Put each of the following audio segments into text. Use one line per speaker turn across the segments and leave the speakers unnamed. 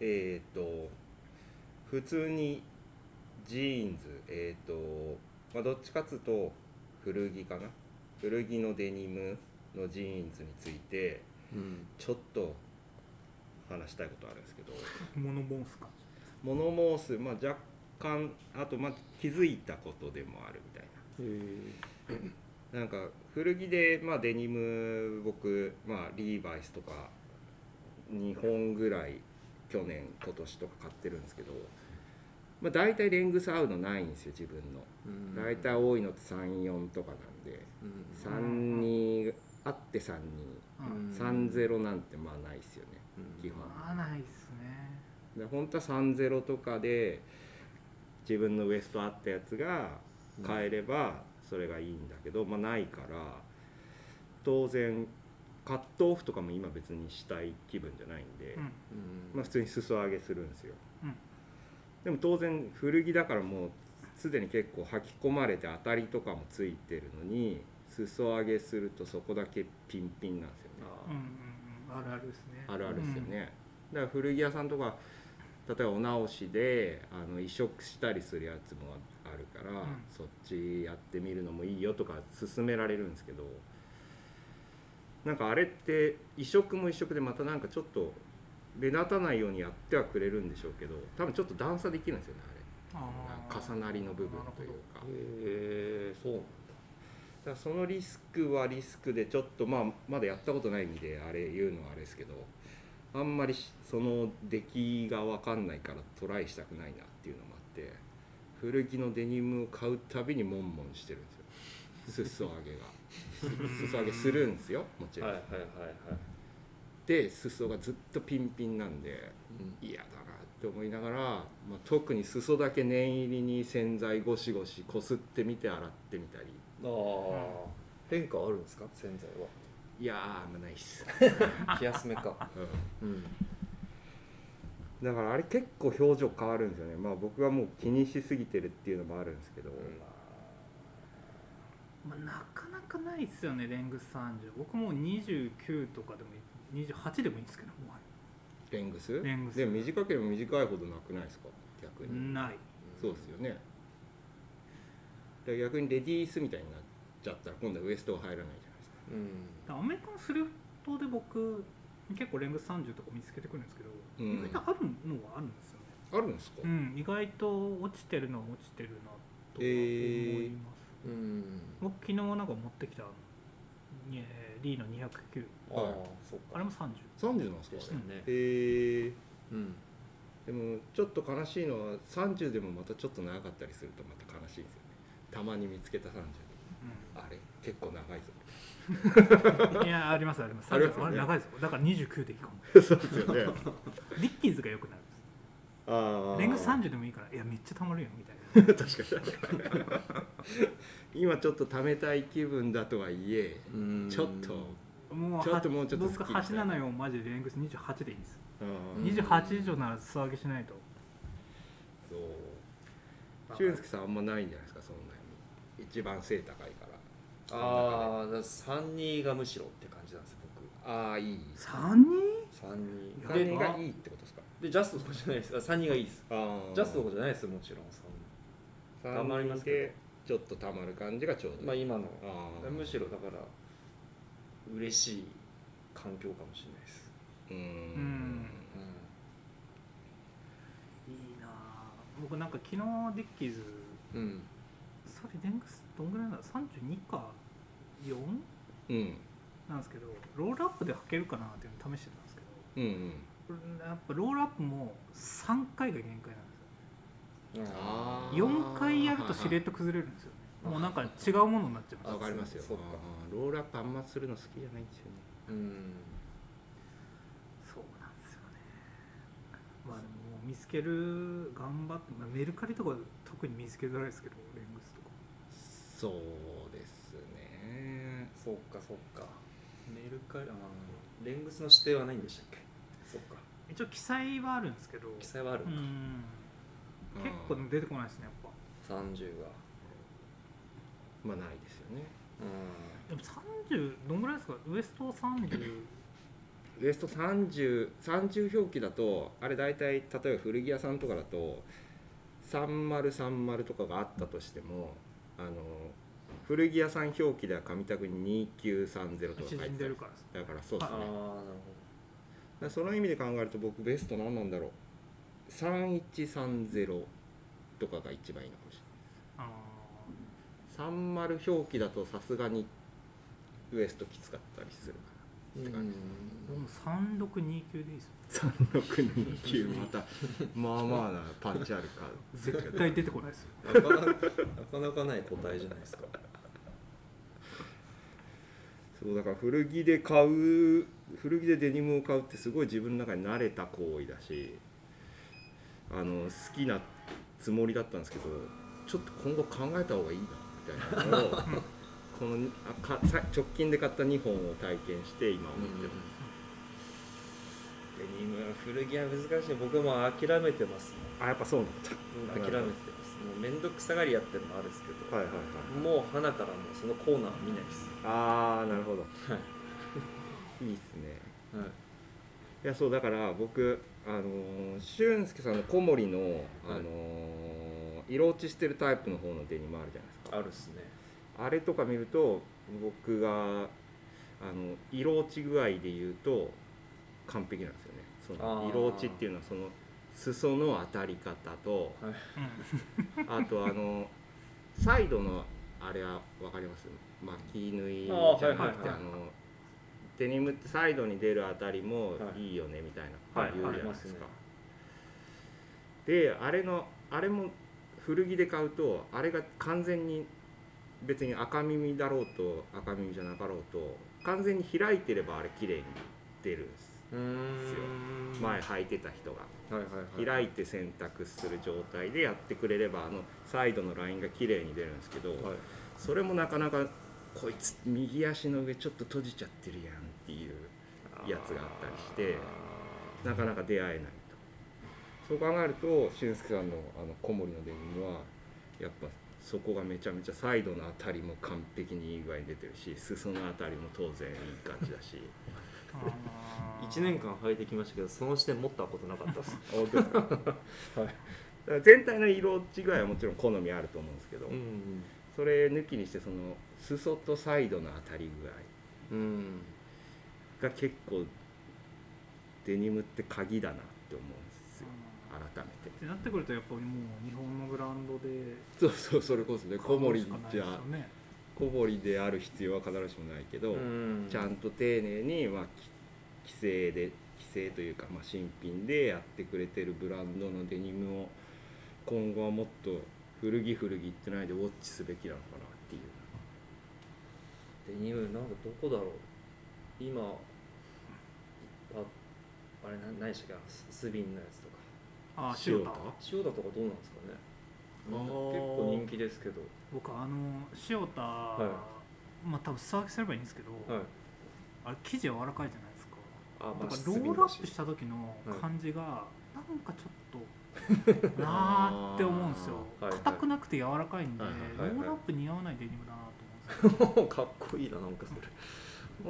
えっ、と普通にジーンズえっ、とまあどっちかっつうと古着かな古着のデニムのジーンズについて
うん
ちょっと話したいことあるんですけど
モノボンスか
物申す、まあ、若干あとまあ気づいたことでもあるみたいな
えー
なんか古着で、まあ、デニム僕、まあ、リーバイスとか2本ぐらい去年今年とか買ってるんですけど、まあ、大体レングス合うのないんですよ自分の
うん
大体多いのって34とかなんで
うん
32あって3230
うん
なんてまあないですよね
うん
基本
まあないっすね
で本当は30とかで自分のウエストあったやつが変えればそれがいいんだけど、まあないから当然カットオフとかも今別にしたい気分じゃないんで、
うん
うん
まあ、普通に裾上げするんですよ
うん
でも当然古着だからもうすでに結構履き込まれて当たりとかもついてるのに裾上げするとそこだけピンピンなんですよね
あ
うんうんうんあるあるですね
あるあるですよね、だから古着屋さんとか例えばお直しであの移植したりするやつもあるから、
うん
そっちやってみるのもいいよとか勧められるんですけどなんかあれって移植も移植でまたなんかちょっと目立たないようにやってはくれるんでしょうけど多分ちょっと段差できるんですよねあれ重なりの部分というか。
へえそうなんだ
だからそのリスクはリスクでちょっとまあまだやったことないんであれ言うのはあれですけどあんまりしその出来が分かんないからトライしたくないなっていうのもあって古着のデニムを買うたびにモンモンしてるんですよ裾上げが 裾上げするんですよもちろん、
はいはいはいはい
で裾がずっとピンピンなんで
うん
嫌だなって思いながら、まあ、特に裾だけ念入りに洗剤ゴシゴシこすってみて洗ってみたり
ああ変化あるんですか洗剤はい
やーあんまないっす、
気休めか
うん
うん
だからあれ結構表情変わるんですよねまあ僕はもう気にしすぎてるっていうのもあるんですけど、
まあ、なかなかないですよねレングス30僕もう29とかでもいい28でもいいんですけども
レングス
レングス
でも短ければ短いほどなくないですか逆
う
に、
ない
そうですよねだから逆にレディースみたいになっちゃったら今度はウエストが入らないじゃないですか
うん
アメリカのスリフトで僕結構レングス30とか見つけてくるんですけど、
うん
意外とあるのはあるんですよね
あるんですか、
うん意外と落ちてるのは落ちてるなと
えー
は思います、
うん
僕昨日なんか持ってきたえーリーの209
ああそう
あ
か
れも30
30なんですか
で
あ
したよね
れへえ
うん
でもちょっと悲しいのは30でもまたちょっと長かったりするとまた悲しいんですよねたまに見つけた30であれ結構長い ぞ
うん、いやありますあります
あります
30
よね
あれ長いですよだから29でいいかも
そうですよね
リッキーズが良くなる
ああ
レングス30でもいいからいやめっちゃたまるよみたいな
確かに今ちょっと貯めたい気分だとはいえ
うん
ちょっと、
もう
ちょっ ともうちょっと
僕
スッキリした
8なのよマジでレングス28でいいです、
うん
に
28以上なら素揚げしないと
そう俊介さんあんまないんじゃないですかそんなに一番背高いから
ああだから三二がむしろって感じなんですよ
ああいい
3人
僕三
い
二
や
金
で
がいいってことですか
でジャストとかじゃないですあ三二がいいです
あー
ジャストとかじゃないですよもちろん三
三
たまりますけ
ちょっとたまる感じがちょうどい
二
い、
まあ今の
あー
むしろだから嬉しい環境かもしれないです
うーん
んいいなあ僕なんか昨日ディッキーズ
うんうん
それレングスどんぐらいなの32か
う
4
んうん
なんですけどロールアップで履けるかなっていうの試してたんですけど
うん
これやっぱロールアップも3回が限界なんですよ
あー
4回やるとしれっと崩れるんですよね
あー
もうなんか違うものになっちゃい
あ
ま
わ
す
かりますよ
そっか
あーロールアップあんまするの好きじゃないんですよね
うん
そうなんですよねまあでももう見つける頑張って、まあ、メルカリとか特に見つけづらいですけどレングスとか
そうですね
そっかそっかメルカリあーレングスの指定はないんでしたっけそっか
一応記載はあるんですけど
記載はある
う
のか
ん結構出てこないですねやっぱ
三十が
まあないですよね
う
でも30どんぐらいですかウエスト30
ウエスト3030表記だとあれ大体例えば古着屋さんとかだと3030とかがあったとしてもあの古着屋さん表記では上田区に2930とか書い
縮ん
て
で
あ
る
る
からさ
だからそうで
あ
す
あ
ねだ
なる
か
ほ
らその意味で考えると僕ベスト何なんだろう3130とかが一番いいのかもしれない
あ
30表記だとさすがにウエストきつかったりする
どって感じですね
ーもう3629でいいですよ
3629またまあまあなパンチあるか
絶対出てこないですよ
なかなかなかなかない答えじゃないですか
そうだから古着で買う古着でデニムを買うってすごい自分の中に慣れた行為だしあの好きなつもりだったんですけどちょっと今後考えた方がいいなみたいな のをこのあかさ直近で買った2本を体験して今思ってます、
デニム古着は難しい僕も諦めてますね
あやっぱそうなん
諦めてますもう面倒くさがりやってるのもあるんですけど、
だはいはいはい
もう花からもうそのコーナーは見ないです
ああなるほど
は い
いいっすね
はい
いやそうだから僕あのー俊介さんの小森の、あのー色落ちしてるタイプの方のデニムあるじゃないですか
あるっすね
あれとか見ると僕があの色落ち具合で言うと完璧なんですよねそ
あ
の
ー
色落ちっていうのはその裾の当たり方と
うん
あとあのサイドのあれは分かります巻き縫いじ
あー
ゃなくて
はいはいはい
あのデニムってサイドに出るあたりもいいよねみたいなこと言うじゃないですか。
はいはい
であれのあれも古着で買うとあれが完全に別に赤耳だろうと赤耳じゃなかろうと完全に開いてればあれ綺麗に出るんです
うーん
前履いてた人が。
はいはいは
開
い
いて選択する状態でやってくれればあのサイドのラインが綺麗に出るんですけど、
はい
それもなかなかこいつ右足の上ちょっと閉じちゃってるやんっていうやつがあったりしてなかなか出会えないとそう考えると俊介さんのあの小森のデニムはやっぱそこがめちゃめちゃサイドの当たりも完璧にいい具合に出てるし裾の当たりも当然いい感じだし
あー
1年間履いてきましたけどその視点持ったことなかった です
本当ですかだか
はい
ら全体の色落ち具合はもちろん好みあると思うんですけど、
ん
それ抜きにしてその裾とサイドの当たり具合
うん
が結構デニムって鍵だなって思うんですよ改めて
ってなってくるとやっぱりもう日本のブランドで
そうそうそれこそね小森じゃ
買うしかないですよね
小堀である必要は必ずしもないけど、
うん
ちゃんと丁寧に、まあ、き規制で規制というか、まあ、新品でやってくれてるブランドのデニムを今後はもっと古着古着言ってないでウォッチすべきなのかなっていう
デニムなんかどこだろう今ああれな何でしたっけあのススビンのやつとか
ああ塩田
塩田
塩田とかどうなんですかね
あー
結構人気ですけど
僕あの塩田、まあ多分素揚げすればいいんですけど、
はい
あれ生地柔らかいじゃないですか
あま
だ
あ
から
ス
ロ
ビン
ールア
だ
ッ
し
プした時の感じがなんかちょっ となーって思うんですよ
あーはいはい
硬くなくて柔らかいんで、
はい
はいはい
ロールアップ似合わないデニムだなと思う んです
か
よ
っこいいななんかそれ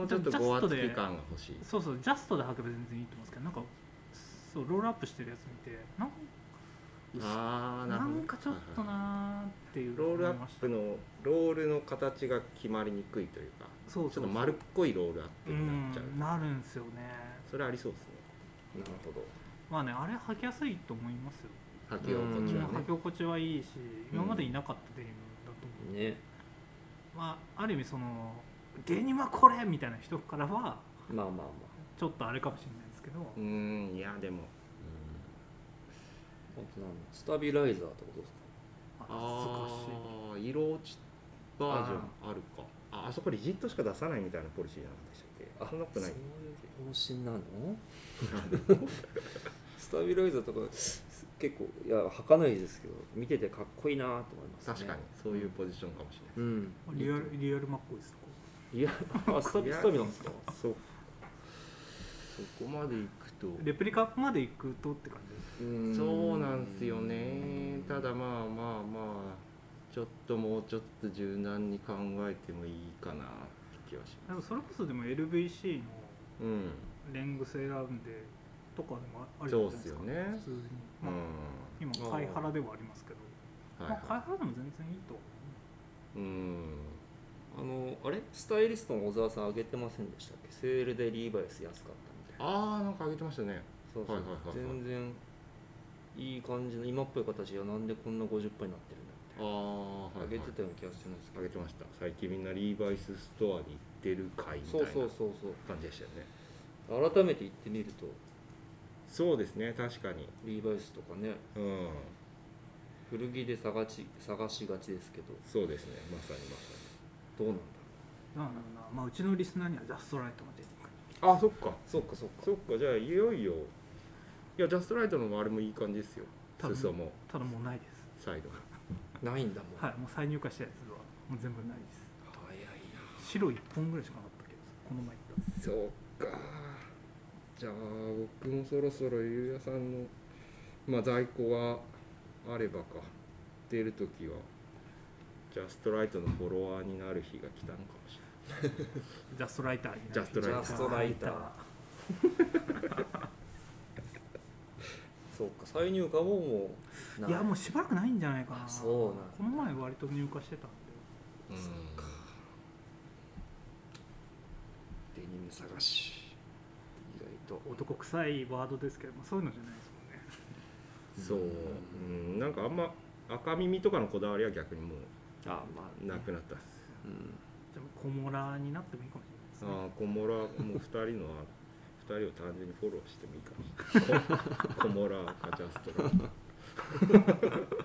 もうちょっと
でも
ごわ
ジャスト
つ
で
き感が欲しい
そうそうジャストで履けば全然いいと思うんですけどなんかそうロールアップしてるやつ見てなん
あー
なんかちょっと
はいはい
なーっていう
ロールアップ
ち
のロールの形が決まりにくいというか
そう
ち
そ
ょ
う
っと丸っこいロールアップ
う
になっちゃう、
んなるんですよね
それありそうですね
なるほど
まあねあれ履きやすいと思いますよ、
履き心地
うん
は
履
ね
き心地はいいし
うん
今までいなかったデニムだと思う、
ね
まあある意味そのデニムはこれみたいな人からは
まあまあまあ
ちょっとあれかもしれないですけど、
うーんいやでも
あとなんだスタビライザーってことですか
あ
あ
恥ずかしい
あ色落ちバージョンあるかああそこリジットしか出さないみたいなポリシーなんでしたっけそんなことない
そういう方針なのスタビライザーとかす結構いや履かないですけど見ててかっこいいなと思います、ね、
確かにそういうポジションかもしれない
うん
リアルリアルマッコイですか
いやあスタビスタビなんですか
そうそこまでいくと
レプリカまで行くとって感じです
そうなんすよねただまあまあまあちょっともうちょっと柔軟に考えてもいいかなって気はしま
でもそれこそでも LVC の
すうん
レングス選んでとかでもありじゃ
そ
な
うっ
いですす
よ
か
ね
普通に、
う
まあ
ん
今貝原ではありますけど、
はい
まあ、貝
は
原でも全然いいと
い
思
うん
あのあれスタイリストの小沢さん上げてませんでしたっけセールでリーバイス安かったみたいな
ああなんか上げてましたね
そうそう、
はいはいはいはい
全然いい感じの今っぽい形がなんでこんな50%になってるんだみたい
ああ
な上げてたような気がするんですけ
上
ど
げてました最近みんなリーバイスストアに行ってる回みたい
そう
な
そうそうそう
感じでしたよね
改めて行ってみると
そうですね確かに
リーバイスとかね
うん
古着で探し探しがちですけど
そうですねまさにまさ
どうなんだろ
うなんだろうな、まあ、うちのリスナーにはジャストライトまで
にあそっか
うそっかそっか
そっかじゃあいよいよいやジャストライトの周りもいい感じですよ
多分
裾も
ただもうないです
サイド
ないんだもん、
はいもう再入荷したやつはもう全部ないです
早いな
白1本ぐらいしかなかったけどこの前行っ
そうかじゃあ僕もそろそろゆうやさんのまあ在庫はあればか出る時はジャストライトのフォロワーになる日が来たのかもしれない
たジャストライターになる
ジャストライター
ジャストライター そうか再入荷ももうない
やもうしばらくないんじゃないかな
そうなんだ
この前割と入荷してたん
うん
デニム探し意外と
で男臭いワードですけどもそういうのじゃないですもんね
そう、うん、なんかあんま赤耳とかのこだわりは逆にも
あま
うなくなったっす
あうん
でも小モラになってもいいかもしれないです
ああ
ね
小モラもう2人のあ2人を単純にフォローしてもいいかもしれない小モラかジャストラ